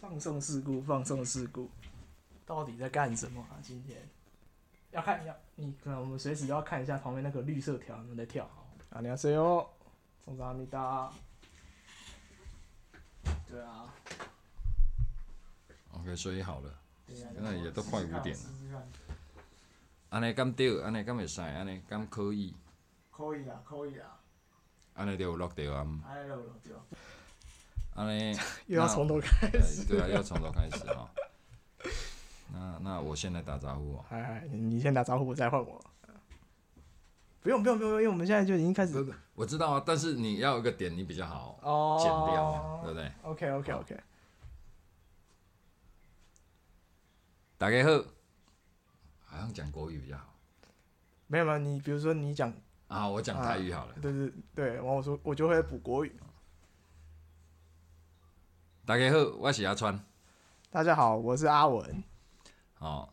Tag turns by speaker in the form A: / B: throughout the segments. A: 放送事故，放送事故，到底在干什么啊？今天要看要你可能我们随时要看一下旁边那个绿色条有没有在跳。啊，你好，C O，送达米达。对啊，
B: OK，所以好了，
A: 对啊
B: 现在也都快五
A: 试试看
B: 点了
A: 试试看
B: 安尼敢对，安尼敢会使，安尼敢可以，
A: 可以啊，可以啊，
B: 安尼就有录着啊，
A: 哎呦，对啊，
B: 安 尼
A: 又要从头开始。
B: 对啊，要从头开始哈。 那那我先来打招呼哦。
A: 哎哎，你先打招呼，再换我。不用不用不用，因为我们现在就已经开始
B: 我知道啊，但是你要有一个点你比较好
A: 哦
B: 剪掉嘛，对不对？
A: OK OK OK，
B: 大家好，好像讲国语比较好
A: 没有没有，你比如说你讲，
B: 啊，我讲台语好了。
A: 对对对，然后我说我就会补国语。
B: 大家好，我是阿川。
A: 大家好，我是阿文，
B: 哦，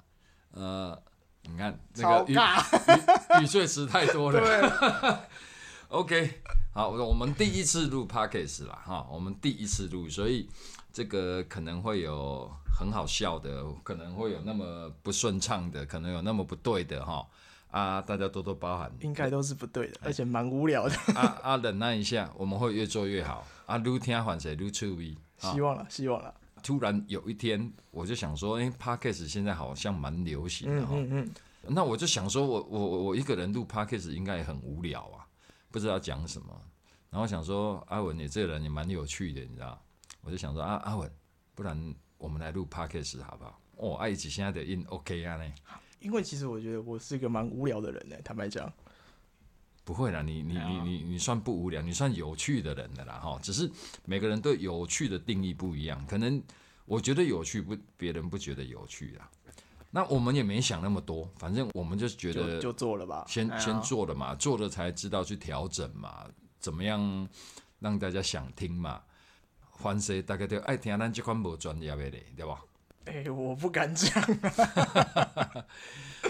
B: 呃，你看这
A: 超
B: 个语
A: 尬，
B: 语税词太多了。
A: 对，
B: OK，好，我我们第一次录 Podcast 啦，哈，我们第一次录，所以这个可能会有很好笑的，可能会有那么不顺畅的，可能有那么不对的哈，啊，大家多多包涵，
A: 应该都是不对
B: 哎
A: 的，而且蛮无聊的，
B: 啊啊，忍耐一下，我们会越做越好，啊，愈听反正愈趣味。啊
A: 希望了，希望了，
B: 突然有一天，我就想说，哎、p o d c a s t 现在好像蛮流行的
A: 嗯
B: 哈、
A: 嗯嗯，
B: 那我就想说我，我我我一个人录 podcast 应该也很无聊啊，不知道讲什么。然后想说，阿文你这个人也蛮有趣的，你知道？我就想说，啊，阿文，不然我们来录 podcast 好不好？哦，爱奇现在的音 OK 啊呢？
A: 因为其实我觉得我是一个蛮无聊的人呢，坦白讲，
B: 不会啦，你你
A: 哎
B: 你
A: 呀
B: 你你算不无聊，你算有趣的人的啦哈。只是每个人对有趣的定义不一样，可能我觉得有趣不，别人不觉得有趣啦。那我们也没想那么多，反正我们就觉得
A: 就就做了吧，
B: 先
A: 哎呀
B: 先，做了嘛，做了才知道去调整嘛，怎么样让大家想听嘛。凡谁大概都爱听咱这款无专业的嘞，对吧
A: 哎，我不敢讲，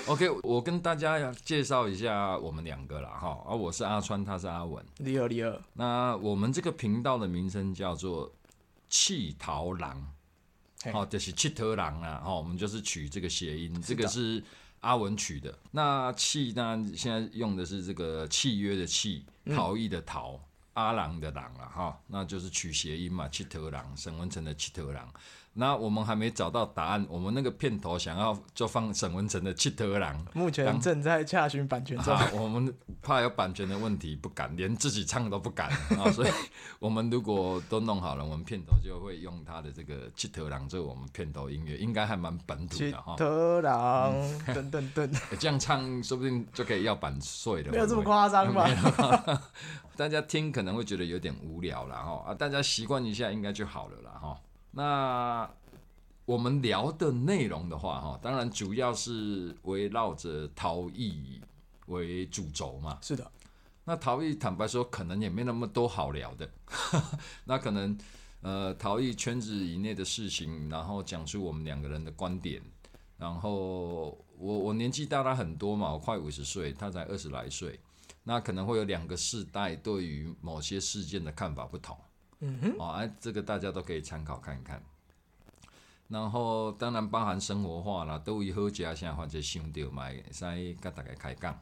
B: ？OK，我跟大家介绍一下我们两个啦哈，啊，我是阿川，他是阿文。
A: 李二李二，
B: 那我们这个频道的名称叫做“气桃郎”，
A: 嘿
B: 哦，就是“气头郎”啊，哦，我们就是取这个谐音，这个是阿文取的。那“气”呢，现在用的是这个契约的“契”，逃逸的“逃”，阿郎的“郎”啊，哈、那就是取谐音嘛，“气头郎”，沈文成的“气头郎”。那我们还没找到答案，我们那个片头想要就放沈文成的“气头郎”，
A: 目前正在洽询版权照，
B: 啊，我们怕有版权的问题，不敢，连自己唱都不敢啊，所以 我们如果都弄好了，我们片头就会用他的这个《七头狼》作为我们片头音乐，应该还蛮本土
A: 去
B: 的哈、
A: 特狼，
B: 嗯
A: 等等等，
B: 欸这样唱说不定就可以要版税了。
A: 没有这么
B: 会不会
A: 夸张 吧？
B: 大家听可能会觉得有点无聊啦哈啊，大家习惯一下应该就好了啦哈。那我们聊的内容的话哈，当然主要是围绕着陶艺为主轴嘛。
A: 是的，
B: 那陶艺坦白说，可能也没那么多好聊的。 那可能呃，陶艺圈子以内的事情，然后讲出我们两个人的观点。然后我我年纪大他很多嘛，我快五十岁，他才二十来岁。那可能会有两个世代对于某些事件的看法不同。
A: 嗯哼，
B: 哦，哎、这个大家都可以参考看一看。然后当然包含生活化啦，都有好食啥或者想到嘛，会使甲大家开讲。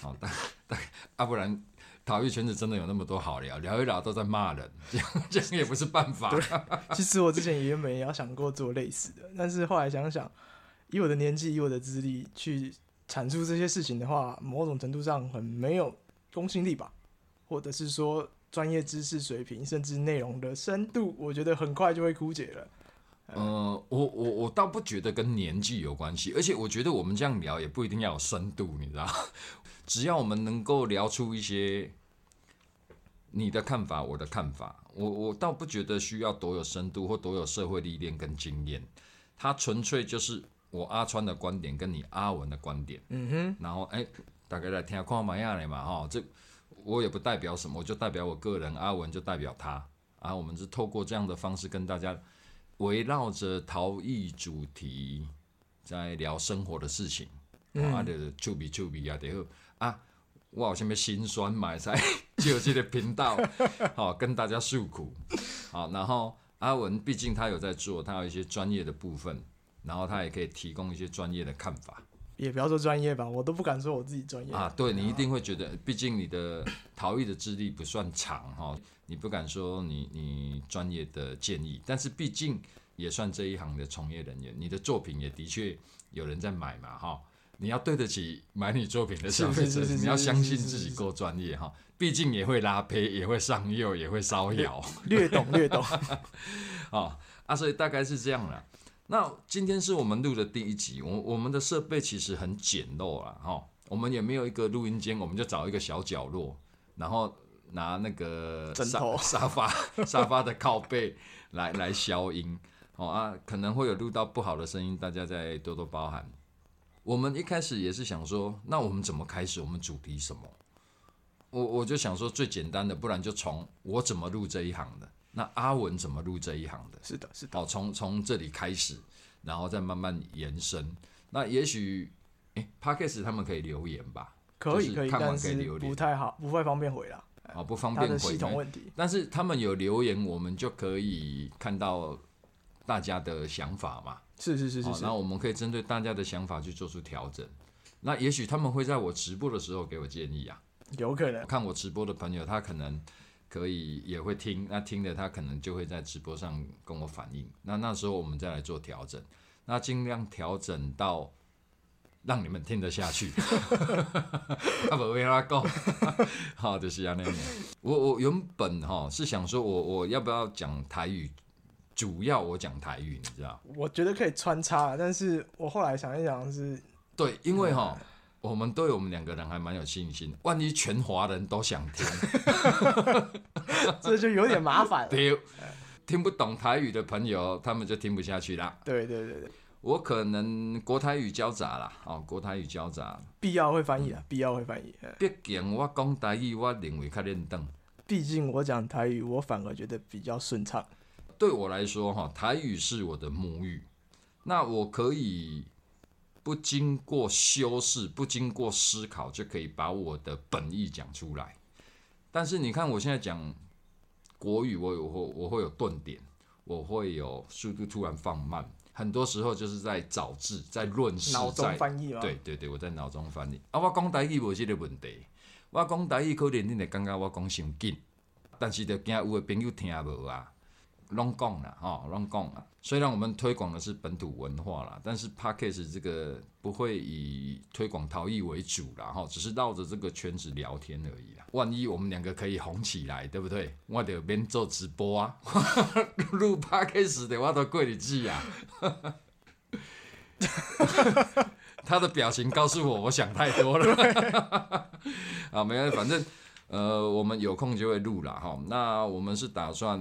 B: 好、大大啊，不然陶艺圈子真的有那么多好聊，聊一聊都在骂人， 这样这样也不是办法。
A: 其实我之前原本也要想过做类似的，但是后来想想，以我的年纪，以我的资历去阐述这些事情的话，某种程度上很没有公信力吧，或者是说专业知识水平，甚至内容的深度，我觉得很快就会枯竭了。
B: 呃，我我我倒不觉得跟年纪有关系，而且我觉得我们这样聊也不一定要有深度，你知道， 只要我们能够聊出一些你的看法，我的看法，我我倒不觉得需要多有深度或多有社会历练跟经验，它纯粹就是我阿川的观点跟你阿文的观点，
A: 嗯哼，
B: 然后哎、大概来听看玛亚嘞嘛哈，这我也不代表什么，我就代表我个人，阿文就代表他啊，我们是透过这样的方式跟大家围绕着陶艺主题在聊生活的事情，啊，啊就是趣味趣味啊，然后啊，我有什么心酸嘛，才就这个频道，好、跟大家诉苦，好、然后。阿文毕竟他有在做，他有一些专业的部分，然后他也可以提供一些专业的看法。
A: 也不要说专业吧，我都不敢说我自己专业
B: 啊，对你一定会觉得，呃毕竟你的 逃逸的资历不算长哈、你不敢说你你专业的建议，但是毕竟也算这一行的从业人员，你的作品也的确有人在买嘛哈、你要对得起买你作品的消费
A: 是
B: 者，
A: 是是
B: 你要
A: 是是
B: 相信
A: 是
B: 自己
A: 是
B: 够专业哈、毕竟也会拉胚，也会上釉，也会烧窑。
A: 略懂略懂。
B: 啊啊，所以大概是这样啦。那今天是我们录的第一集，我我们的设备其实很简陋啦，哈，我们也没有一个录音间，我们就找一个小角落，然后拿那个
A: 枕头
B: 沙沙发沙发的靠背来来消音，哦啊，可能会有录到不好的声音，大家再多多包涵。我们一开始也是想说，那我们怎么开始？我们主题什么？我我就想说最简单的，不然就从我怎么入这一行的，那阿文怎么入这一行的，
A: 是的，是的，
B: 好，从从这里开始，然后再慢慢延伸。那也许，哎 p a c k e s 他们可以留言吧？
A: 可
B: 就
A: 以
B: 是
A: 可以，
B: 看完
A: 但
B: 可以
A: 是
B: 留
A: 不
B: 恋
A: 太好，不太方便回啦。
B: 啊，不方
A: 他
B: 便
A: 的
B: 回
A: 系
B: 呢
A: 统问题，
B: 但是他们有留言，我们就可以看到大家的想法嘛。
A: 是是是是
B: 好，
A: 是
B: 那，我们可以针对大家的想法去做出调整。那也许他们会在我直播的时候给我建议啊。
A: 有可能
B: 我看我直播的朋友，他可能可以也会听，那听了他可能就会在直播上跟我反映，那那时候我们再来做调整，那尽量调整到让你们听得下去。 啊，不会啦，讲，好，就是安尼。我我原本哈是想说我我要不要讲台语，主要我讲台语，你知道。
A: 我觉得可以穿插，但是我后来想一想是，
B: 对，因为哈，我们对我们两个人还蛮有信心。万一全华人都想听，
A: 这就有点麻烦了。
B: 对，听不懂台语的朋友，他们就听不下去啦。
A: 对对对对，
B: 我可能国台语交杂啦，哦，国台语交杂。
A: 必要会翻译啊，必要会翻译。嗯
B: 毕竟我讲台语，我认为较认真。
A: 毕竟我讲台语，我反而觉得比较顺畅。
B: 对我来说，哈，台语是我的母语，那我可以不经过修饰、不经过思考，就可以把我的本意讲出来。但是你看，我现在讲国语，我有我我会有顿点，我会有速度突然放慢，很多时候就是在找字、在论事、
A: 脑中
B: 在
A: 翻译嘛，
B: 对，对对，我在脑中翻译。啊，我讲台语无这个问题，我讲台语可能恁会感觉我讲伤紧，但是就惊有的朋友听无啊，拢讲啦，吼、拢讲啦。虽然我们推广的是本土文化啦，但是 p a c k a g e 这个不会以推广陶艺为主啦，吼，只是绕着这个圈子聊天而已啦。万一我们两个可以红起来，对不对？我得边做直播啊， 录 p a c k a g e 的我都过日子啊。他的表情告诉我，我想太多了。 啊，没关系，反正呃，我们有空就会录啦哈。那我们是打算，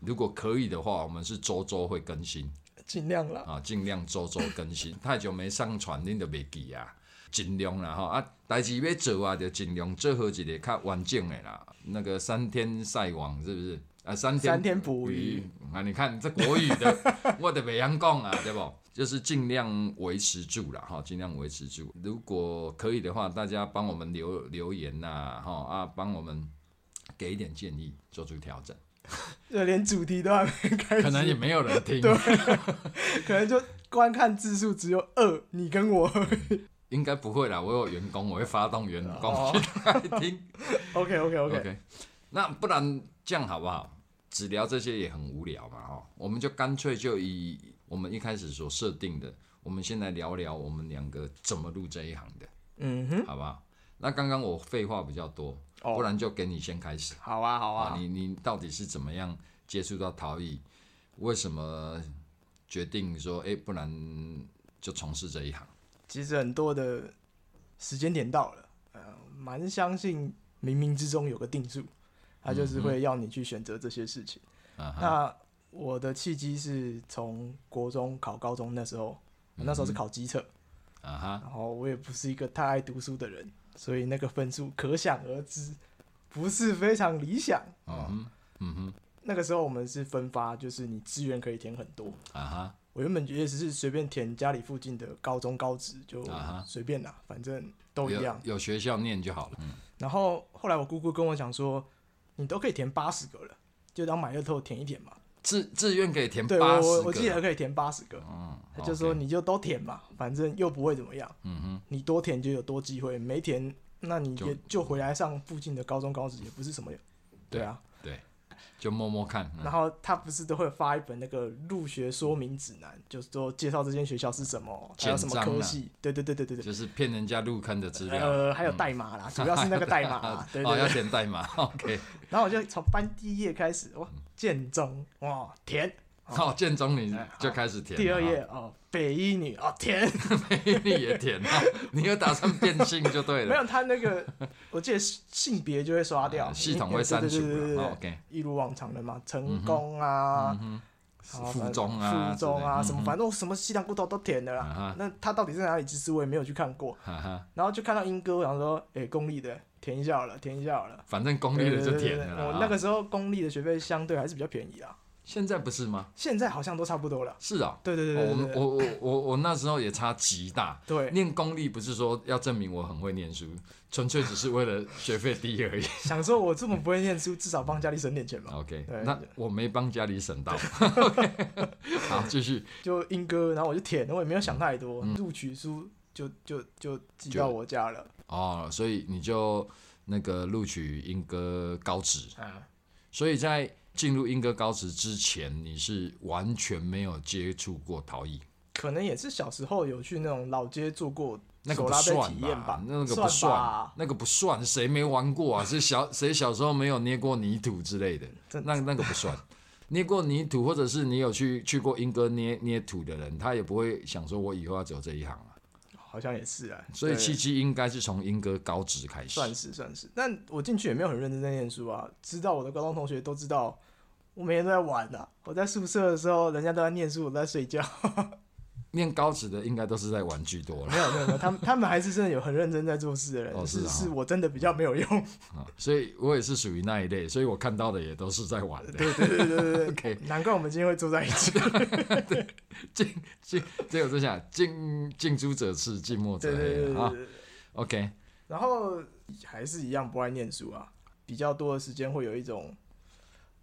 B: 如果可以的话，我们是周周会更新
A: 尽量啦。
B: 啊，尽量周周更新。太久没上传，恁都袂记啊，尽量啦哈啊，代志要做啊，就尽量做好一个较完整的啦。那个三天晒网是不是？啊，三天
A: 三天捕鱼，
B: 啊！你看这国语的， 我的北洋讲啊，对不？就是尽量维持住了哈，尽量维持住。如果可以的话，大家帮我们留留言呐、哈啊，帮我们给一点建议，做出调整。
A: 这连主题都还没开始，
B: 可能也没有人 听，啊
A: 可能就观看字数只有二，你跟 我而已。
B: 应该不会啦。我有员工，我会发动员工
A: 哦
B: 去来听。
A: OK OK OK，
B: OK，那不然这样好不好？只聊这些也很无聊嘛，哈，我们就干脆就以我们一开始所设定的，我们先来聊聊我们两个怎么入这一行的，
A: 嗯哼，
B: 好不好？那刚刚我废话比较多，
A: 哦
B: 不然就给你先开始。
A: 好啊好
B: 啊，
A: 啊，
B: 你你到底是怎么样接触到陶艺？为什么决定说，哎、不然就从事这一行？
A: 其实很多的时间点到了，呃，蛮相信冥冥之中有个定数，它就是会要你去选择这些事情。
B: 啊哈，
A: 那我的契机是从国中考高中那时候，我那时候
B: 嗯
A: 是考机测，
B: 啊哈，
A: 然后我也不是一个太爱读书的人，所以那个分数可想而知，不是非常理想。
B: 嗯哼，嗯哼，
A: 那个时候我们是分发，就是你志愿可以填很多。
B: 啊哈，
A: 我原本也只是随便填家里附近的高中、高职，就
B: 啊哈
A: 随便啦，反正都一样
B: 有。有学校念就好了。嗯
A: 然后后来我姑姑跟我讲说，你都可以填八十个了，就当买乐透填一填嘛。
B: 自自愿可以填
A: 对
B: 嗯八
A: 我
B: 十
A: 我
B: 个，
A: 我记得可以填八十个，
B: 嗯，
A: 他就说
B: OK，
A: 你就都填嘛，反正又不会怎么样，
B: 嗯哼，
A: 你多填就有多机会，没填那你
B: 就
A: 也就回来上附近的高中高职也不是什么，对啊，
B: 对，就摸摸看，嗯
A: 然后他不是都会发一本那个入学说明指南，就是说介绍这间学校是什么，还有什么
B: 简章啊
A: 科系，对对对对对对，
B: 嗯就是骗人家入坑的资料，
A: 呃，还有代码啦，主要是那个代码 啦，对对
B: 嗯哦，要
A: 对。
B: 填代码，OK，
A: 然后我就从翻第一页开始，哇，建中，哇，填，
B: 好，哦建中你
A: 哎好
B: 就开始填了，
A: 第二页哦，北一女哦，填，
B: 你也填了，你又打算变性就 对
A: 没
B: 了，
A: 有他那个，我记得性别就会刷掉，
B: 嗯系统会删除
A: 对对对对
B: 了
A: 对
B: 哦
A: 对
B: ，OK，
A: 一如往常的嘛，成功啊，
B: 嗯
A: 然
B: 哼，
A: 后
B: 附
A: 反
B: 中啊，
A: 附中啊，
B: 之
A: 什
B: 类
A: 么
B: 的
A: 反正我什么西凉骨头都填的
B: 啊
A: 啦
B: 哈。
A: 那他到底在哪里？其实我也没有去看过。
B: 嗯哼哈哈，
A: 然后就看到英哥，我想说，诶，公立的填一下好了，填一下好了。
B: 反正公立的就填了啦
A: 我
B: 啊
A: 那个时候公立的学费相对还是比较便宜啊，
B: 现在不是吗？
A: 现在好像都差不多了。
B: 是啊，
A: 对对对
B: 哦
A: 对
B: 我们
A: 对
B: 我我我我那时候也差极大。
A: 对，对
B: 念公立不是说要证明我很会念书，纯粹只是为了学费低而已。
A: 想说我这么不会念书，至少帮家里省点钱嘛。
B: OK，
A: 对
B: 那我没帮家里省 到。OK，好，继续。
A: 就英哥，然后我就填，我也没有想太多，
B: 嗯
A: 录取书就就就寄到我家了。
B: 哦，所以你就那个录取英歌高职，
A: 啊，
B: 所以在进入英歌高职之前，你是完全没有接触过陶艺，
A: 可能也是小时候有去那种老街做过
B: 那
A: 手
B: 个不
A: 拉杯
B: 算
A: 体验吧，
B: 那个不算
A: 吧，
B: 那个不算，谁没玩过啊？是小谁小时候没有捏过泥土之类的？
A: 真
B: 那那个不算。捏过泥土，或者是你有去去过英哥捏捏土的人，他也不会想说我以后要走这一行啊。
A: 好像也是啊。
B: 所以
A: 对
B: 契机应该是从英哥高职开始。
A: 算是算是，但我进去也没有很认真在念书啊。知道我的高中同学都知道，我每天都在玩的、我在宿舍的时候，人家都在念书，我在睡觉。
B: 念高职的应该都是在玩居多了。
A: 没有没有没有，他们他们还是真的有很认真在做事的人，
B: 哦
A: 就是是
B: 啊
A: 是我真的比较没有用。
B: 啊，所以我也是属于那一类，所以我看到的也都是在 玩 的。
A: 对对对对对
B: OK，
A: 难怪我们今天会坐在一起。
B: 近这个就想近近朱者赤，近 墨
A: 对
B: 者
A: 对对
B: 黑
A: 对
B: 啊
A: 对。。对
B: OK，
A: 然后还是一样不爱念书啊，比较多的时间会有一种，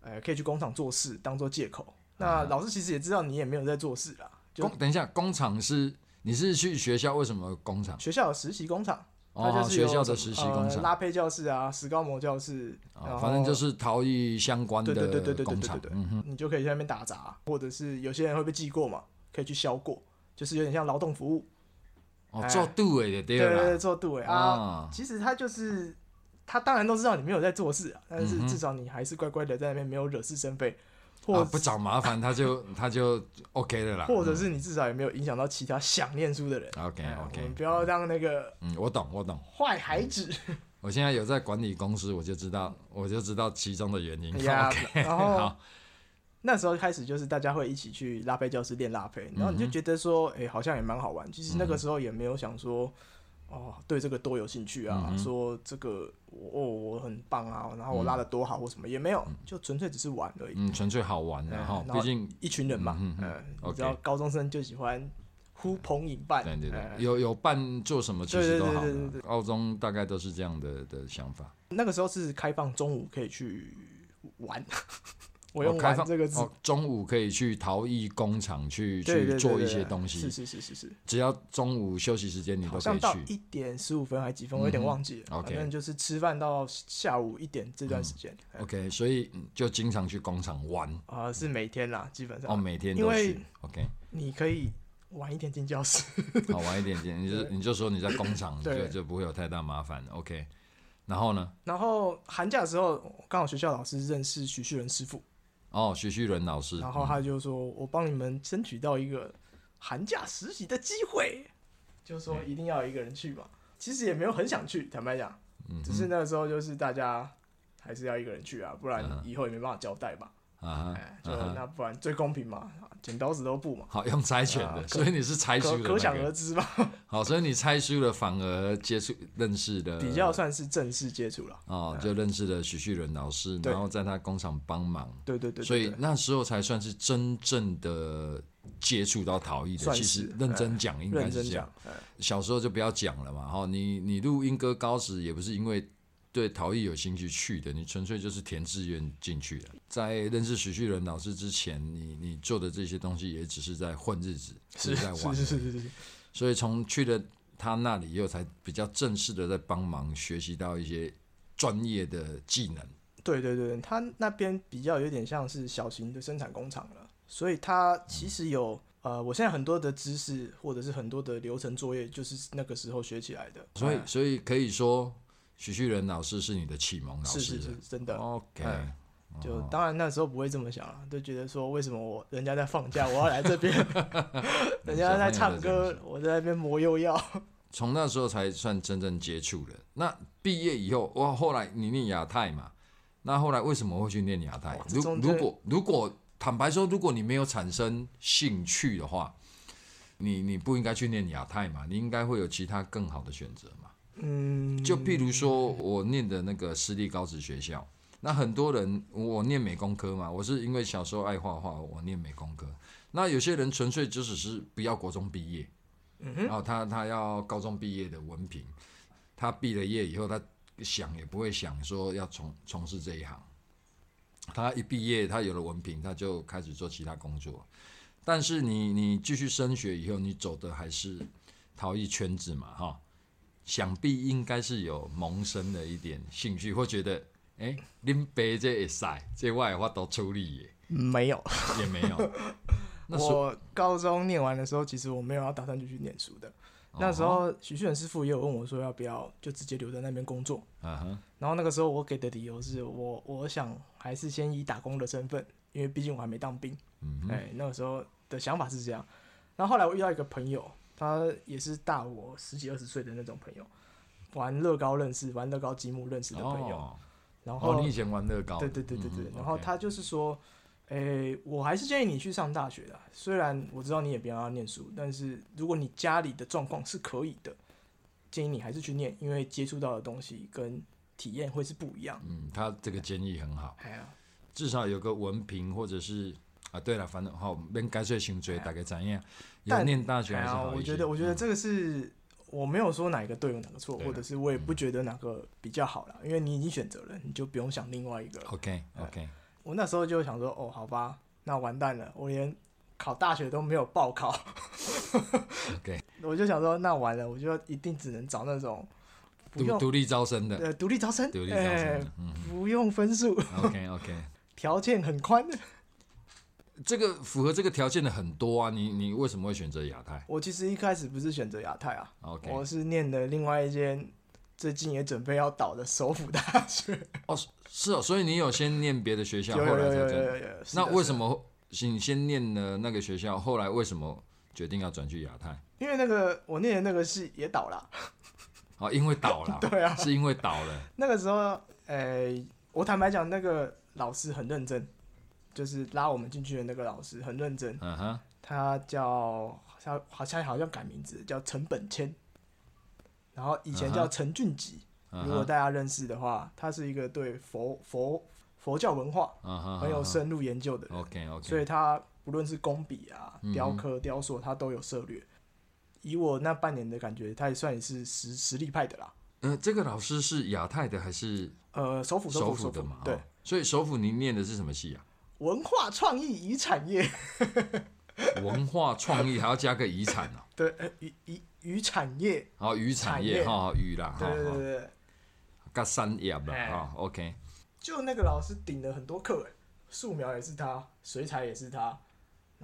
A: 呃，可以去工厂做事当做借口。那老师其实也知道你也没有在做事啦，就
B: 工等一下，工厂是你是去学校为什么工厂？
A: 学校有实习工厂。它
B: 哦，
A: 就是
B: 学
A: 有
B: 校
A: 什
B: 的实
A: 么
B: 习工
A: 呃
B: 厂，
A: 拉胚教室啊、石膏模教室，然
B: 啊，
A: 后
B: 反正就是陶艺相关的
A: 对对对对对对
B: 工
A: 对
B: 厂
A: 对，
B: 嗯哼，
A: 你就可以在那边打杂，或者是有些人会被记过嘛，可以去销过，就是有点像劳动服务，
B: 哦，
A: 哎
B: 做杜伟的
A: 对
B: 对
A: 对对，
B: 了
A: 做杜伟
B: 啦，
A: 啊。
B: 啊，
A: 其实他就是他当然都知道你没有在做事啊，但是
B: 嗯哼
A: 至少你还是乖乖的在那边没有惹是生非，
B: 啊
A: 或
B: 不找麻烦他就他就 OK 了啦，嗯
A: 或者是你至少也没有影响到其他想念书的人。
B: OK
A: 哎我
B: OK，
A: 们不要让那个
B: 嗯，我懂我懂，
A: 坏孩子。
B: 我现在有在管理公司，我就知道我就知道其中的原因
A: 哎呀
B: ，OK，
A: 然后
B: 好，
A: 那时候开始就是大家会一起去拉胚教室练拉胚，
B: 嗯
A: 然后你就觉得说，哎、好像也蛮好玩。其实那个时候也没有想说，哦，对这个多有兴趣啊，
B: 嗯哼
A: 说这个我哦我很棒啊，然后我拉的多好或什么也没有，就纯粹只是玩而已。
B: 嗯，纯粹好玩然
A: 哎
B: 后
A: 然
B: 毕
A: 后
B: 竟
A: 一群人嘛，嗯
B: 嗯哼哼
A: 你
B: OK
A: 知道高中生就喜欢呼朋引伴，
B: 对对对
A: 哎，
B: 有有伴做什么其实
A: 对对
B: 都
A: 对
B: 好
A: 对对
B: 了，高中大概都是这样的的想法。
A: 那个时候是开放中午可以去玩，我
B: 哦
A: 用“
B: 开
A: 玩
B: 放”
A: 这个字。
B: 哦，中午可以去陶艺工厂去
A: 对
B: 去
A: 对对
B: 做
A: 对
B: 一些
A: 对
B: 东西，
A: 是是是是是，
B: 只要中午休息时间你
A: 好
B: 都可
A: 像
B: 以
A: 到
B: 去。嗯
A: 一点十五分还几分，我有点忘记了。
B: OK
A: 反正就是吃饭到下午一点这段时间，哎
B: OK，所以嗯就经常去工厂玩
A: 啊、是每天啦，基本
B: 哦，
A: 上
B: 每天
A: 啊因
B: 都
A: 为
B: 去。OK，
A: 你可以晚一点进教室。
B: 好玩一点点，你就你就说你在工厂，就
A: 对
B: 就不会有太大麻烦。OK，然后呢？
A: 然后寒假的时候，刚好学校老师认识徐旭仁师傅，
B: 哦，徐旭仁老师，
A: 然后他就说：“我帮你们争取到一个寒假实习的机会。”就说一定要有一个人去嘛。其实也没有很想去，坦白讲，
B: 嗯
A: 只是那个时候就是大家还是要一个人去啊，不然
B: 嗯
A: 以后也没办法交代嘛。
B: 啊哈
A: 哎，就
B: 啊哈，
A: 那不然最公平嘛，啊剪刀石头布嘛，
B: 好用猜拳
A: 啊
B: 的，
A: 可
B: 所以你是猜输
A: 可
B: 的
A: 可
B: 那
A: 想而
B: 个。
A: 知吧，
B: 好，所以你猜输了，反而接触认识的
A: 比较算是正式接触了。
B: 哦，就认识了徐旭仁老师，
A: 对
B: 然后在他工厂帮忙。
A: 对对对
B: 所
A: 对
B: 以
A: 对，
B: 那时候才算是真正的接触到陶艺的。
A: 算
B: 其
A: 是哎
B: 实认真讲，应该
A: 认
B: 是
A: 真
B: 这样
A: 讲。，哎
B: 小时候就不要讲了嘛，哈，你你录英歌高时也不是因为对陶艺有兴趣去的，你纯粹就是填志愿进去的。在认识许旭仁老师之前，你你做的这些东西也只是在混日子，只
A: 是
B: 在玩而
A: 是
B: 已。
A: 是是是是，
B: 所以从去了他那里以后，才比较正式的在帮忙学习到一些专业的技能。
A: 对对对，他那边比较有点像是小型的生产工厂了，所以它其实有呃，我现在很多的知识或者是很多的流程作业，就是那个时候学起来的。
B: 所以
A: 哎，
B: 所以可以说，许旭仁老师是你的启蒙老师
A: 是是是，真
B: 哦
A: 的。
B: OK，、
A: 哎就
B: 哦
A: 当然那时候不会这么想了，就觉得说为什么我人家在放假，我要来这 边，人家在唱歌，我在那边磨又药。
B: 从那时候才算真正接触的。那毕业以后，哇，后来你念亚太嘛？那后来为什么会去念亚太
A: 哦？这
B: 如
A: 中间
B: 如果如果坦白说，如果你没有产生兴趣的话，你你不应该去念亚太嘛？你应该会有其他更好的选择嘛？
A: 嗯，
B: 就譬如说我念的那个私立高职学校，那很多人我念美工科嘛，我是因为小时候爱画画，我念美工科。那有些人纯粹就只是不要国中毕业，然后他他要高中毕业的文凭，他毕了业以后，他想也不会想说要从从事这一行。他一毕业，他有了文凭，他就开始做其他工作。但是你你继续升学以后，你走的还是陶艺圈子嘛，哈、想必应该是有萌生了一点兴趣，或觉得，哎、恁爸这会使，这我有法度处理耶，
A: 没有。
B: 也没 有。那时候
A: 我高中念完的时候，其实我没有要打算继续念书的。那
B: 哦
A: 时，候许旭远师傅也有问我说要不要就直接留在那边工作，
B: 嗯哼，
A: 然后那个时候我给的理由是我我想还是先以打工的身份，因为毕竟我还没当兵。
B: 嗯
A: 哎、
B: 哼，
A: 那个时候的想法是这样。然后后来我遇到一个朋友，他也是大我十几二十岁的那种朋友，玩乐高认识，玩乐高积木认识的朋友。
B: 哦，
A: 然后、
B: 哦，你以前玩乐高，
A: 对对对对对，
B: 嗯
A: 然后，他就是说，诶、我还是建议你去上大学的。虽然我知道你也不要念书，但是如果你家里的状况是可以的，建议你还是去念，因为接触到的东西跟体验会是不一样
B: OK。嗯，他这个建议很好，
A: 哎呀，
B: 至少有个文凭或者是。啊，对了，反正好，免该税薪水大概怎样？要
A: 哎但
B: 念大学
A: 哎
B: 还是
A: 呀，
B: 好一些。嗯
A: 我觉得，我觉得这个是我没有说哪个对有哪个错，
B: 对
A: 或者是我也不觉得哪个比较好了，因为你已经选择了，你就不用想另外一个了。
B: OK OK，
A: 我那时候就想说，哦，好吧，那完蛋了，我连考大学都没有报 考。
B: OK
A: 我就想说，那完了，我就一定只能找那种不
B: 独
A: 用
B: 独立招 生的，
A: 呃独立招生，
B: 独立招生
A: 哎
B: 的，嗯
A: 不用分数，
B: ，OK OK。
A: 条件很宽。
B: 这个符合这个条件的很多啊，你你为什么会选择亚太
A: 我其实一开始不是选择亚太啊，
B: ？OK，
A: 我是念的另外一间最近也准备要倒的首府大学。
B: 哦，是是哦，所以你有先念别的学校，
A: 有
B: 后
A: 有
B: 来
A: 有
B: 才
A: 有
B: 转。
A: 有有。是
B: 那
A: 的
B: 为
A: 是
B: 什
A: 的
B: 么你先念了那个学校，后来为什么决定要转去亚太？
A: 因为那个我念的那个系也倒了，啊
B: 哦，因为倒了，
A: 对啊
B: 是因为倒了。
A: 那个时候，呃，我坦白讲，那个老师很认真，就是拉我们进去的那个老师很认真，
B: 嗯哼，
A: 他叫他好像好像改名字叫陈本谦，然后以前
B: 嗯哼
A: 叫陈俊吉。
B: 嗯
A: 如果
B: 哼，
A: 大家认识的话，他是一个对佛佛佛教文化
B: 嗯哼，
A: 很有深入研究的人，
B: 哦 OK
A: 所
B: OK，
A: 以他不论是工笔啊、
B: 嗯哼
A: 雕刻、雕塑，他都有涉略。以我那半年的感觉，他也算是实实力派的啦。
B: 嗯、呃，这个老师是亚太的还是
A: 呃，首府首
B: 首
A: 府首
B: 府的
A: 府
B: 嘛？
A: 对
B: 哦，，所以首府你念的是什么系啊？
A: 文化创意与产业，
B: 文化创意还要加个遗产哦，
A: 对，呃，与与与产业，
B: 好，渔产
A: 产
B: 业
A: 业
B: 哈，渔啦，哈
A: 对对对
B: 哈，
A: 对对，
B: 加产业啦
A: 哎
B: 哈，OK，
A: 就那个老师顶了很多课，哎，素描也是他，水彩也是他，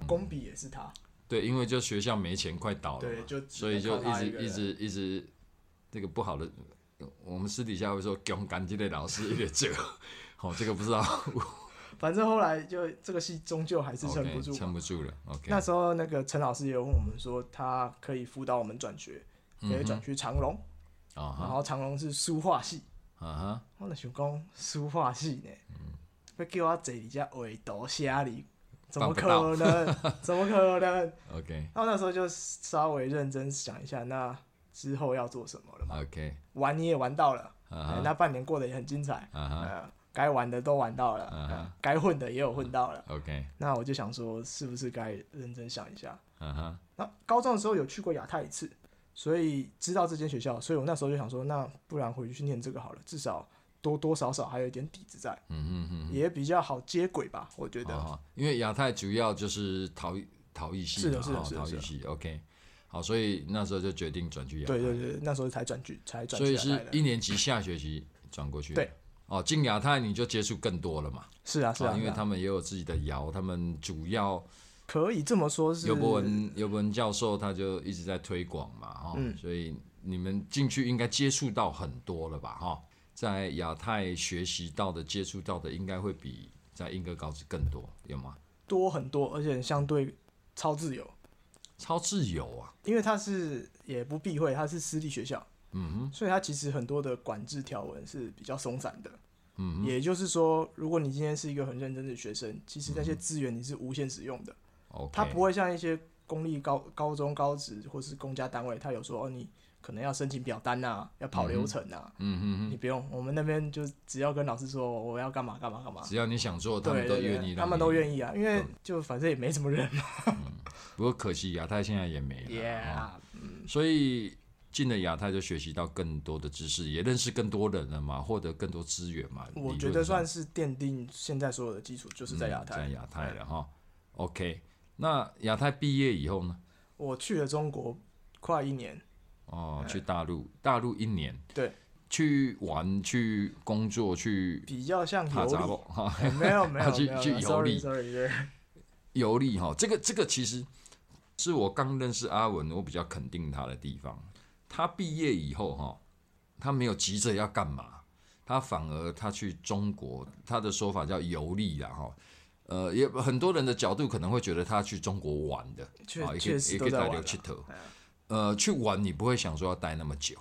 A: 工笔也是他，
B: 对，因为就学校没钱，快倒了嘛，
A: 对就只
B: 所以就
A: 能
B: 一
A: 靠他
B: 直
A: 一个人
B: 一直一直这个不好的，我们私底下会说勇敢这类老师一点折，好、这个不知 道
A: 反正后来就这个戏终究还是撑不
B: OK
A: 住嘛。
B: 撑不住了，OK，
A: 那时候那个陈老师也有问我们说，他可以辅导我们转学，可以转去长隆，
B: 啊
A: 然
B: 哈
A: 后长隆是书画系，
B: 啊哈，
A: 我那想讲书画系呢，要叫我坐你家画图写哩，怎么可能？怎么可能？
B: ，OK
A: 然后那时候就稍微认真想一下，那之后要做什么了嘛？
B: OK
A: 玩你也玩到了，哎
B: 啊哈
A: 那半年过得也很精彩，
B: 啊哈
A: 呃，该玩的都玩到了，
B: 嗯哼
A: 呃该混的也有混到了。
B: ，OK
A: 那我就想说，是不是该认真想一下？
B: 啊哈，
A: 那高中的时候有去过亚太一次，所以知道这间学校，所以我那时候就想说，那不然回去念这个好了，至少多多少少还有一点底子在，
B: 嗯嗯嗯，
A: 也比较好接轨吧，我觉得。
B: 哦，因为亚太主要就是陶艺陶艺系
A: 是
B: 嘛
A: 的是的
B: 哦
A: 是的
B: 陶
A: 是
B: 艺
A: 的
B: 系，OK，好，所以那时候就决定转去亚太，
A: 对对对，那时候才转去才转
B: 所以
A: 去亚太
B: 是
A: 的。
B: 一年级下学期转过去，
A: 对，
B: 哦，进亚太你就接触更多了嘛，
A: 是啊是
B: 哦
A: 啊，
B: 因为
A: 是啊
B: 他们也有自己的窑，他们主要
A: 可以这么说是，
B: 尤伯文尤伯文教授他就一直在推广嘛，哦，
A: 嗯
B: 所以你们进去应该接触到很多了吧，哈、哦，在亚太学习到的接触到的应该会比在英歌高职更多，有吗？
A: 多很多，而且相对超自由，
B: 超自由啊，
A: 因为它是也不避讳，它是私立学校，
B: 嗯哼，
A: 所以它其实很多的管制条文是比较松散的。
B: 嗯
A: 也就是说，如果你今天是一个很认真的学生，其实那些资源你是无限使用的，
B: ，OK，
A: 它不会像一些公立高高中、高职或是公家单位，它有说哦，你可能要申请表单啊，要跑流程啊，
B: 嗯哼哼。
A: 你不用，我们那边就只要跟老师说哦我要干嘛干嘛干嘛，
B: 只要你想做，他
A: 对
B: 们都
A: 对
B: 愿意
A: 对，
B: 让你。
A: 他们都愿意啊，因为就反正也没什么人嘛
B: 不过可惜亚太现在也没了。哦
A: ，Yeah，
B: 所以进了亚太就学习到更多的知识，也认识更多人了嘛，获得更多资源嘛。
A: 我
B: 理论
A: 觉得
B: 上
A: 算是奠定现在所有的基础，就是在亚
B: 嗯在
A: 太。哎
B: 亚太了哈、OK，那亚太毕业以后呢？
A: 我去了中国快一年，
B: 哦，
A: 哎
B: 去大陆，大陆一年
A: 对，
B: 去玩、去工作、去
A: 比较像
B: 爬
A: 游
B: 杂
A: 历
B: 货，哈。
A: 哎 没有没有
B: 去
A: 没有
B: 去游
A: sorry
B: 历
A: sorry，对
B: 游历哈，这个这个其实是我刚认识阿文，我比较肯定他的地方。他毕业以后哈，他没有急着要干嘛，他反而他去中国，他的说法叫游历啦哈。呃，也很多人的角度可能会觉得他去中国玩的，啊，
A: 确
B: 也可以
A: 确
B: 也
A: 实
B: 可
A: 都
B: 以
A: 在
B: 带
A: 玩
B: 流
A: 啊
B: 去头。呃，去玩你不会想说要待那么久，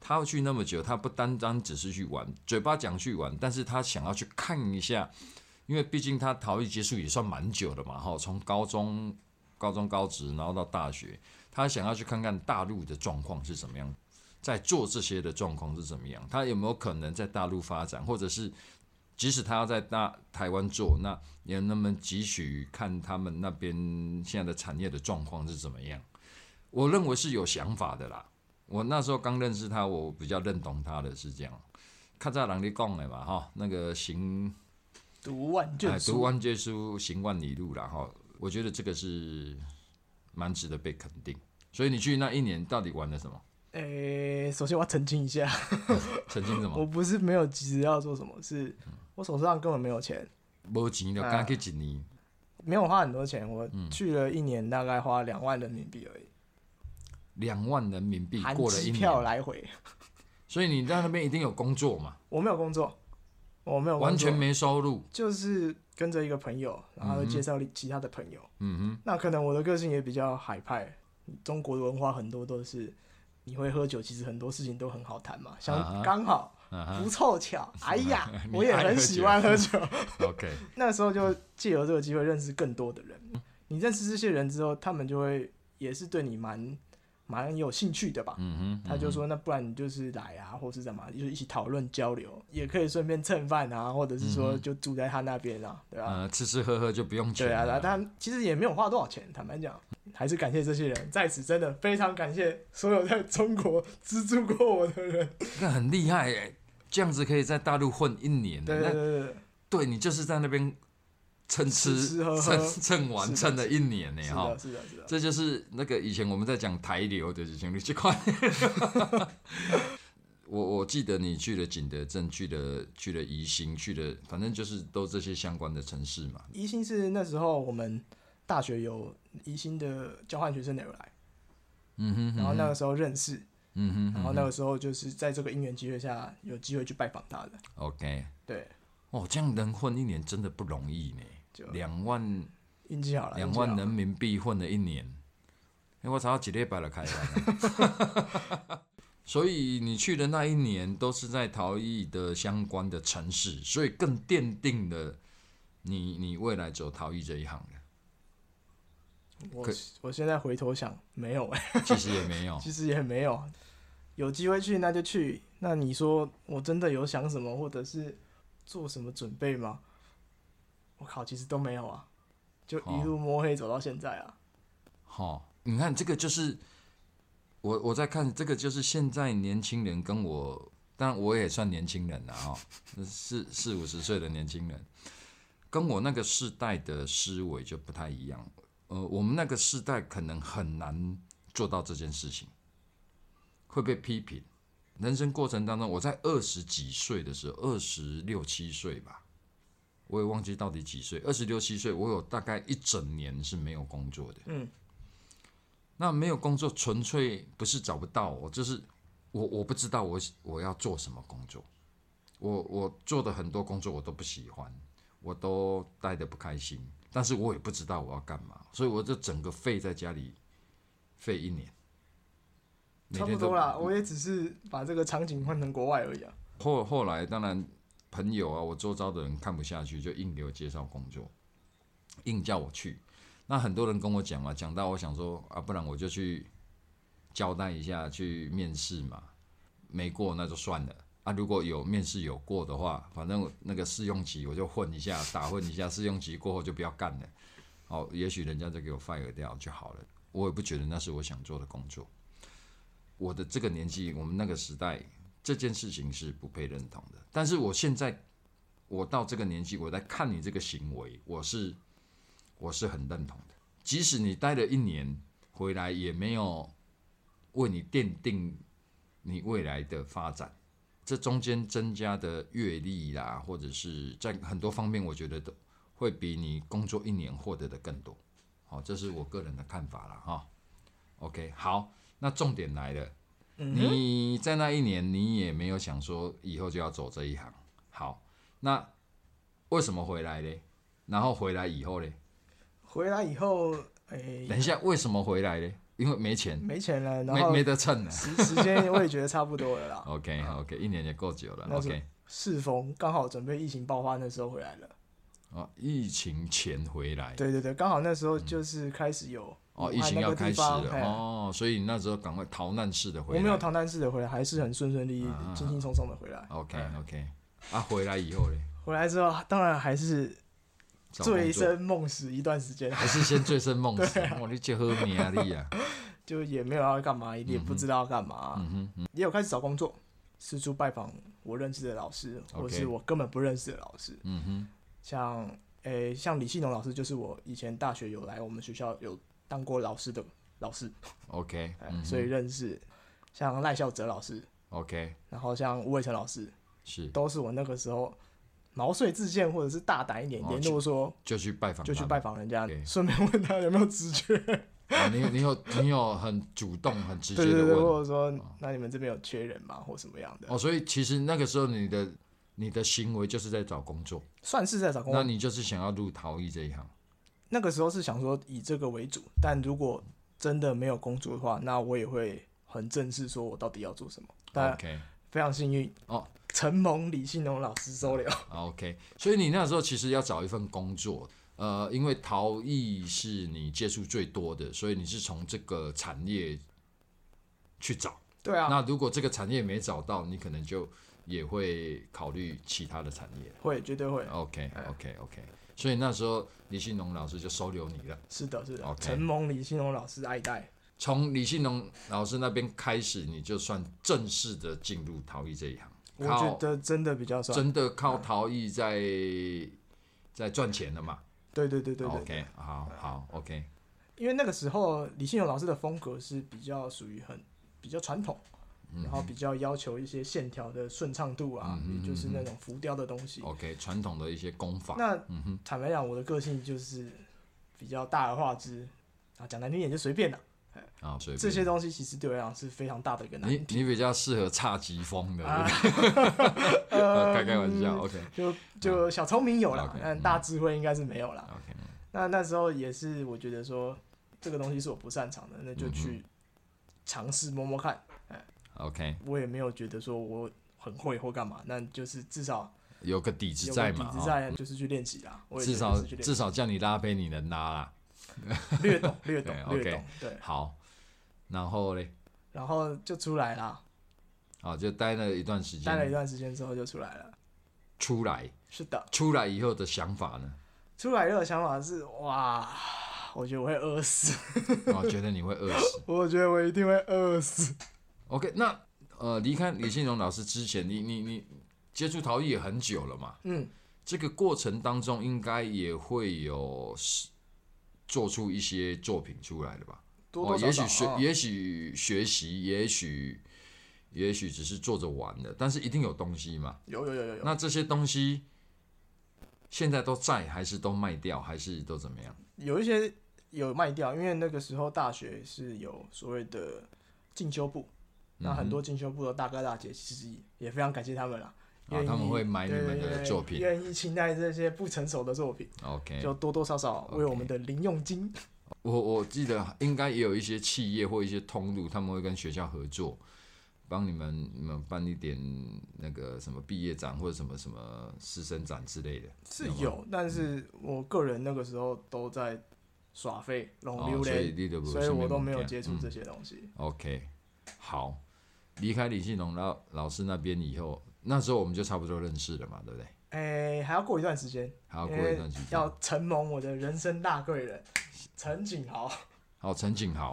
B: 他要去那么久，他不单单只是去玩，嘴巴讲去玩，但是他想要去看一下，因为毕竟他逃逸结束也算蛮久的嘛，哈，从高中、高中高职，然后到大学，他想要去看看大陆的状况是怎么样，在做这些的状况是怎么样，他有没有可能在大陆发展，或者是即使他要在大台湾做，那也能不能汲取看他们那边现在的产业的状况是怎么样？我认为是有想法的啦。我那时候刚认识他，我比较认同他的是这样。看在人你讲的嘛，哈，那个行
A: 读万
B: 哎
A: 卷
B: 读
A: 书，
B: 万卷书，行万里路啦，哈。我觉得这个是蛮值得被肯定。所以你去那一年到底玩了什么？
A: 诶，首先我要澄清一下，
B: 曾经什
A: 我
B: 么？
A: 不是没有急着要做什么，是我手上根本没有钱，
B: 没钱
A: 啊
B: 的，刚去一年，
A: 没有花很多钱，我
B: 嗯
A: 去了一年大概花两万人民币而已，
B: 两万人民币
A: 含
B: 过了一
A: 机票
B: 年，
A: 来回，
B: 所以你在那边一定有工作嘛，
A: 我没有工作，我没有工
B: 完
A: 作
B: 全没嗯收入。
A: 就是跟着一个朋友，然后会介绍其他的朋友。
B: 嗯
A: 那可能我的个性也比较海派，中国的文化很多都是你会喝酒，其实很多事情都很好谈嘛，
B: 啊
A: 像
B: 哈
A: 刚好
B: 哼，啊，
A: 不凑巧，哎呀
B: 你
A: 我也
B: 爱喝
A: 很
B: 酒
A: 喜欢喝 酒。
B: 哈，OK，
A: 那时候就借由这个机会认识更多的人，你认识这些人之后，他们就会也是对你蛮蛮有兴趣的吧。
B: 嗯 哼，
A: 他就说：“那不然你就是来啊，或是干嘛，就一起讨论交流，也可以顺便蹭饭啊，或者是
B: 嗯
A: 说就住在他那边啊，对吧、
B: 呃，吃吃喝喝就不用钱
A: 对啊，
B: 了
A: 然后但其实也没有花多少钱，坦白讲，还是感谢这些人，在此真的非常感谢所有在中国资助过我的 人。
B: 那很厉害耶、这样子可以在大陆混一年的。
A: 对对
B: 那
A: 对对，
B: 对你就是在那边蹭吃
A: 吃吃喝喝
B: 蹭蹭玩
A: 是的
B: 蹭了一年呢、
A: 是
B: 哈
A: 的，。是的，是的，
B: 这就是那个以前我们在讲台流的情侣这块。我 我记得你去了景德镇，去了去了宜兴，去了反正就是都这些相关的城市嘛。
A: 宜兴是那时候我们大学有宜兴的交换学生有来，
B: 嗯哼
A: 然后
B: 嗯
A: 那个时候认识，
B: 嗯哼
A: 然后那个时候就是在这个因缘机会下有机会去拜访他的，
B: ，OK，
A: 对，
B: 哦，这样能混一年真的不容易呢、
A: 就
B: 两万
A: 运气好了，
B: 两
A: 运气
B: 万
A: 好
B: 人民币混了一年，因为我才几礼拜了开完。 所以你去的那一年都是在陶艺的相关的城市，所以更奠定了你你未来走陶艺这一行的。
A: 我
B: 可
A: 我现在回头想，没有哎、
B: 其实也没有，
A: 其实也没有，有机会去那就去。那你说我真的有想什么，或者是做什么准备吗？我靠，其实都没有啊，就一路摸黑走到现在啊。
B: 哈、你看这个就是我我在看这个就是现在年轻人跟我但我也算年轻人了哈、哦，四四五十岁的年轻人，跟我那个世代的思维就不太一样。呃，我们那个世代可能很难做到这件事情，会被批评。人生过程当中，我在二十几岁的时候，二十六七岁吧，我也忘记到底几岁，二十六七岁，我有大概一整年是没有工作的。
A: 嗯，
B: 那没有工作，纯粹不是找不到我，就是我我不知道我我要做什么工作，我我做的很多工作我都不喜欢，我都待的不开心，但是我也不知道我要干嘛，所以我就整个废在家里废一年，每
A: 差不
B: 哦天都
A: 多啦，我也只是把这个场景换成国外而已啊。
B: 后后来当然朋友啊，我周遭的人看不下去，就硬给我介绍工作，硬叫我去。那很多人跟我讲嘛，讲到我想说啊，不然我就去交代一下，去面试嘛，没过那就算了。啊，如果有面试有过的话，反正我那个试用期我就混一下，打混一下，试用期过后就不要干了。哦，也许人家就给我 fire 掉就好了。我也不觉得那是我想做的工作。我的这个年纪，我们那个时代，这件事情是不被认同的。但是我现在，我到这个年纪，我在看你这个行为，我是我是很认同的。即使你待了一年回来，也没有为你奠定你未来的发展。这中间增加的阅历啦，或者是在很多方面，我觉得都会比你工作一年获得的更多。好、这是我个人的看法啦，哈、OK，好，那重点来了。
A: 嗯
B: 你在那一年，你也没有想说以后就要走这一行。好，那为什么回来嘞？然后回来以后嘞？
A: 回来以后，哎、
B: 等一下，为什么回来嘞？因为没钱，
A: 没钱了，然
B: 没
A: 后
B: 没得蹭了。
A: 时时间我也觉得差不多了啦。
B: OK OK，一年也够久了。
A: 啊那是
B: OK，
A: 适逢刚好准备疫情爆发那时候回来了。
B: 哦，疫情前回来，
A: 对对对，刚好那时候就是开始有
B: 哦，
A: 武
B: 疫
A: 汉
B: 情
A: 那
B: 要
A: 个
B: 开
A: 地
B: 始
A: 方
B: 了
A: 嘿
B: 哦，所以你那时候赶快逃难式的回来。
A: 我没有。逃难式的回来，还是很顺顺利利
B: 啊
A: 的、轻轻松松的回来。
B: OK
A: 哎
B: OK，啊，回来以后嘞？
A: 回来之后，当然还是
B: 找工作
A: 醉生梦死一段时间，
B: 还是先醉 生梦死？我你就喝米啊力啊！
A: 就也没有要干嘛，也不知道要干嘛，
B: 嗯哼嗯
A: 也有开始找工作，四处拜访我认识的老师，
B: OK
A: 或是我根本不认识的老师，
B: 嗯哼。
A: 像诶、像李信农老师，就是我以前大学有来我们学校有当过老师的老师，
B: OK，
A: 哎
B: 嗯哼，
A: 所以认识像赖孝哲老师，
B: OK
A: 然后像吴伟成老师，
B: 是
A: 都是我那个时候毛遂自荐或者是大胆一点
B: 哦
A: 联络说。
B: 就去拜访，
A: 就去拜。访人家
B: 对，
A: 顺便问他有没有直觉。
B: 啊、你有你有你有很主动、很直接
A: 对
B: 的
A: 对
B: 问啊
A: 对，或者说，那你们这边有缺人吗，或什么样的？
B: 哦，所以其实那个时候你的你的行为就是在找工作，
A: 算是在找工
B: 那
A: 作。
B: 你就是想要入陶艺这一行。
A: 那个时候是想说以这个为主，但如果真的没有工作的话，那我也会很正式说我到底要做什么。但
B: OK
A: 非常幸运
B: 哦，啊
A: 承蒙李信农老师 收留。
B: OK，所以你那时候其实要找一份工作，呃，因为陶艺是你接触最多的，所以你是从这个产业去找。
A: 对啊，
B: 那如果这个产业没找到，你可能就也会考虑其他的产业。
A: 会绝对会，
B: OK OK OK，所以那时候李信龙老师就收留你了。
A: 是的，是的，
B: OK
A: 承蒙李信农老师爱戴。
B: 从李信龙老师那边开始，你就算正式的进入陶艺这一行，
A: 我觉
B: 靠
A: 得真的比较算，
B: 真的靠陶艺在在赚钱了嘛
A: 对对对对对，
B: ？OK，好好 OK，
A: 因为那个时候李信勇老师的风格是比较属于很比较传统，然后比较要求一些线条的顺畅度啊，也就是那种浮雕的东西。
B: OK，传统的一些功法，
A: 那坦白讲，我的个性就是比较大而化之，啊，讲难听点就随便啦。
B: 啊，所以
A: 这些东西其实对我来讲是非常大的一个难
B: 你
A: 题，
B: 你比较适合差级风的，
A: 啊
B: 对不对开开玩
A: 嗯
B: 笑，OK
A: 就就小聪明有啦
B: OK，，嗯
A: 但大智慧应该是没有啦。
B: OK，
A: 那那时候也是我觉得说这个东西是我不擅长的，那就去尝试摸摸看。
B: OK，
A: 我也没有觉得说我很会或干嘛，那就是至少
B: 有个底子
A: 有
B: 在
A: 个
B: 嘛，
A: 底子
B: 哦
A: 在，就是去练习啦。我也觉
B: 至
A: 得就
B: 少
A: 是去练
B: 至少叫你拉胚，你能拉啦。
A: 略懂略懂
B: 对，OK
A: 略懂，对。
B: 好，然后嘞，
A: 然后就出来啦，
B: 啊，就待了一段时间，
A: 待了一段时间之后就出来了。
B: 出来，
A: 是的，
B: 出来以后的想 法呢？
A: 出来的想法是哇，我觉得我会饿死，
B: 哦我觉得你会饿死。
A: 我觉得我一定会饿死。
B: OK，那呃，离开李信荣老师之前，你你你接触陶艺也很久了嘛，
A: 嗯，
B: 这个过程当中应该也会有是做出一些作品出来的吧？
A: 多多
B: 哦、
A: 少
B: 也
A: 少
B: 许学，
A: 啊
B: 也许学习，也许也许只是做着玩的，但是一定有东西嘛。
A: 有有有有有，
B: 那这些东西现在都在，还是都卖掉，还是都怎么样？
A: 有一些有卖掉，因为那个时候大学是有所谓的进修部，
B: 嗯
A: 那很多进修部的大哥大姐其实也非常感谢他们啦，
B: 啊
A: 愿意
B: 他们会买你们
A: 对
B: 的
A: 对对
B: 作品
A: 愿意青睐这些不成熟的作品，
B: OK，
A: 就多多少少为我们的零用金。
B: 我我记得应该也有一些企业或一些通路，他们会跟学校合作，帮你们你们办一点那个什么毕业展或者什么什么师生展之类的。
A: 是有，但是我个人那个时候都在耍废、弄溜
B: 哦，所以
A: 嘞，
B: 你就没有
A: 所以我
B: 什
A: 都
B: 么
A: 没有
B: 物件
A: 接触
B: 嗯
A: 这些东西。
B: OK，好，离开李信龙老老师那边以后，那时候我们就差不多认识了嘛，对不对？
A: 哎、还要过一段时间，
B: 还要过
A: 因为
B: 一段时间，
A: 要承蒙我的人生大贵人陈景豪
B: 好，陈景豪，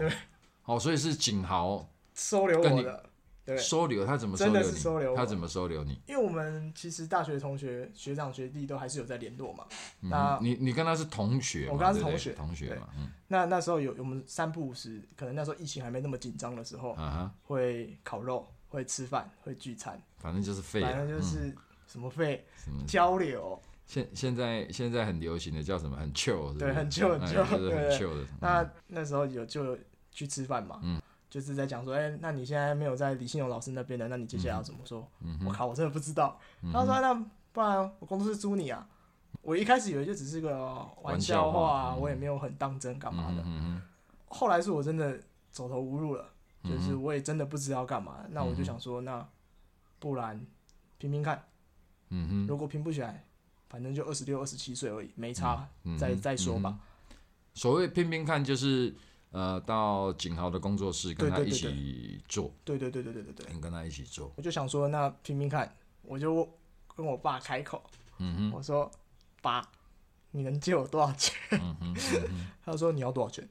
B: 好，所以是景豪
A: 收留
B: 跟
A: 我
B: 你
A: 的，对，
B: 收留他怎么收
A: 真的
B: 留
A: 是
B: 你？
A: 收留我
B: 他怎么收留你？
A: 因为我们其实大学同学、学长学弟都还是有在联络嘛。
B: 嗯
A: 那
B: 哼，你你跟他是同学嘛，
A: 我跟他是
B: 对不对
A: 同学
B: 同学嘛，嗯，
A: 那那时候有我们三不五时，可能那时候疫情还没那么紧张的时候，
B: 啊哈，
A: 会烤肉、会吃饭、会聚餐，
B: 反正就是废了，
A: 反正就
B: 嗯
A: 是什么费
B: 什么
A: 交流。
B: 现现在现在很流行的叫什么？很 chill，是不是
A: 对很 chill，很
B: 哎
A: chill，
B: 就是很
A: 对
B: chill 的。
A: 那那时候有就去吃饭嘛，
B: 嗯
A: 就是在讲说，哎、那你现在没有在李信勇老师那边的，那你接下来要怎么说？
B: 嗯
A: 我
B: 哼，
A: 靠，我真的不知道。
B: 嗯
A: 他说，那不然我工作室租你啊。我一开始以为就只是个玩
B: 玩
A: 笑
B: 笑
A: 话啊，
B: 话嗯
A: 我也没有很当真干嘛的。
B: 嗯哼
A: 后来是我真的走投无路了，
B: 嗯
A: 就
B: 哼
A: 是我也真的不知道干嘛。那我就想说，那不然拼拼看，
B: 嗯哼，
A: 如果拼不起来，反正就二十六、二十七岁而已，没差，
B: 嗯哼嗯
A: 再再说吧。
B: 所谓拼拼看，就是呃，到景豪的工作室跟他
A: 对
B: 一
A: 对对
B: 起做，
A: 对对对对对对对，
B: 跟他一起做。
A: 我就想说，那拼拼看，我就跟我爸开口，
B: 嗯哼，
A: 我说：“爸，你能借我多少钱？”
B: 嗯哼，
A: 他说：“你要多少钱？”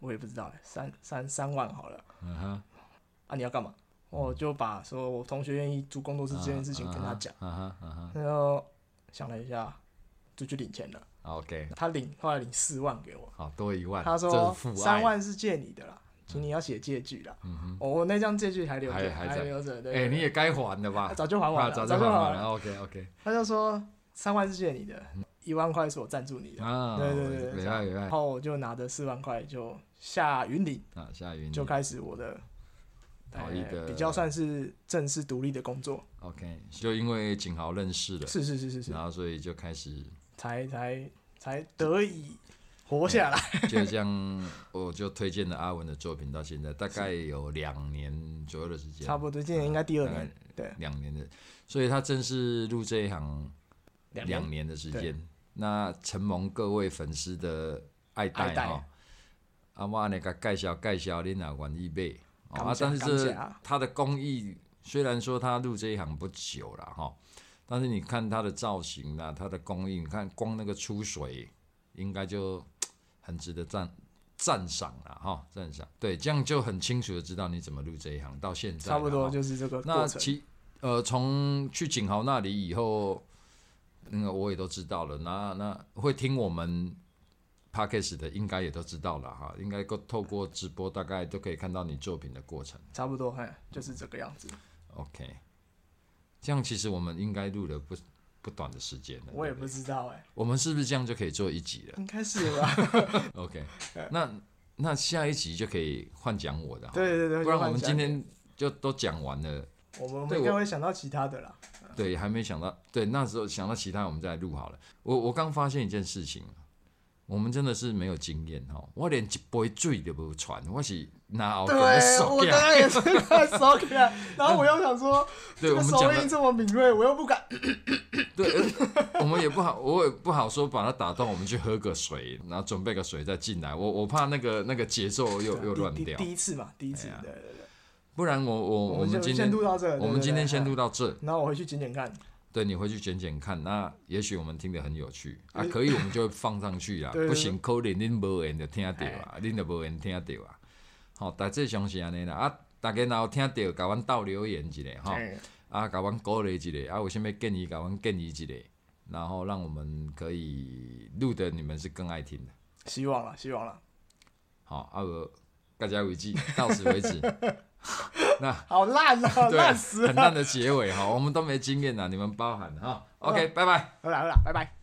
A: 我也不知道欸，三三三万好了
B: 嗯哼，
A: 啊！你要干嘛？我就把说我同学愿意租工作室这件事情跟他讲，
B: 嗯哼，嗯哼
A: 然后想了一下，就去领钱了。
B: 啊，OK，
A: 他领后来领四万给我，
B: 好多一万，
A: 他
B: 这
A: 说
B: 是父
A: 三
B: 爱，嗯
A: 万是借你的啦，请你要写借据啦。哦我那张借据还留着，
B: 还还在
A: 留着，对，对
B: 哎，你也该还的吧
A: 对？早就还完
B: 啊
A: 了，
B: 早
A: 就
B: 就
A: 还
B: 还
A: 完
B: 完。了，OK OK，
A: 他就说三万是借你的，一万块是我赞助你的。
B: 啊，
A: 对对对对
B: 没爱没
A: 然
B: 爱
A: 后我就拿着四万块就下云岭，
B: 啊，下雨
A: 就开始我的呃
B: 陶艺的
A: 比较算是正式独立的工作。
B: OK，就因为景豪认识了，
A: 是是是是是，
B: 然后所以就开始
A: 才才才得以活下来。
B: 就像 我就推荐了阿文的作品，到现在大概有两年左右的时间，
A: 差
B: 不
A: 不多今年应该第二
B: 大概
A: 年，对，
B: 两年的，所以他正式入这一行
A: 两
B: 两年的时间。那承蒙各位粉丝的爱
A: 爱
B: 戴
A: 戴
B: 哦，阿妈那个介绍介绍，你哪愿意买？哦
A: 感
B: 啊，
A: 谢
B: 但是这
A: 感谢
B: 他的工艺虽然说他入这一行不久了哈、但是你看他的造型啊，他的工艺，你看光那个出水，应该就很值得赞赞赏了哈，赞赏。对，这样就很清楚的知道你怎么入这一行，到现在啦
A: 差不多
B: 哈
A: 就是这个过
B: 那
A: 程。
B: 其呃，从去景豪那里以后，那个我也都知道了。那那会听我们 podcast 的，应该也都知道了哈。应该够透过直播，大概都可以看到你作品的过程。
A: 差不多，哎，就是这个样子。
B: OK，这样其实我们应该录了不不短的时间了。
A: 我也
B: 对
A: 不知道，哎，
B: 我们是不是这样就可以做一集了
A: 应该是 吧？
B: ？OK，那那下一集就可以换讲我的哈。
A: 对对对，
B: 不
A: 就
B: 然我
A: 换
B: 们
A: 下
B: 今
A: 一
B: 天就都讲完了。
A: 个我们我们
B: 对
A: 应该
B: 我
A: 会想到其他的啦。
B: 对，还没想到，对，那时候想到其他，我们再来录好了。我我刚发现一件事情，我们真的是没有经验哦，我连一杯水都不传，我是拿熬
A: 对，
B: 的手
A: 我刚
B: 呀。
A: 刚也是 在手给他，然后我又想说，
B: 对，
A: 这个
B: 我们
A: 手
B: 讲
A: 印
B: 的，
A: 这么敏锐，我又不敢。
B: 对，而且我们也不好，我也不好说把它打断，我们去喝个水，然后准备个水再进来。我我怕那个那个节奏又又乱
A: 第第
B: 掉，
A: 第一次嘛，第一次，
B: 哎呀
A: 对对对。
B: 不然我我
A: 我
B: 我
A: 们
B: 们
A: 就
B: 今
A: 先
B: 天
A: 录到这，对
B: 我们今天先。
A: 对对
B: 录到这，
A: 然后我回去剪剪看，
B: 对，你回去剪剪看，那也许我们听得很有趣啊，可以我们就会放上去啦。
A: 哎对对对哎
B: 不行，可能恁无缘就听得到啊，恁就无缘听得到啊。好，大致上是安尼啦啊，大家若有听到，甲阮斗留言一下吼，
A: 哎
B: 啊，甲阮鼓励一下，啊，有啥物建议，甲阮建议一下，然后让我们可以录的你们是更爱听的，
A: 希望了，希望了。
B: 好，啊无，大家 为止，到此为止，
A: 好烂啊，
B: 对，
A: 烂死
B: 很
A: 了！哦
B: 啊烂的结尾哈，我们都没经验呐，你们包涵哈，OK，拜拜。
A: 好啦好啦，拜拜。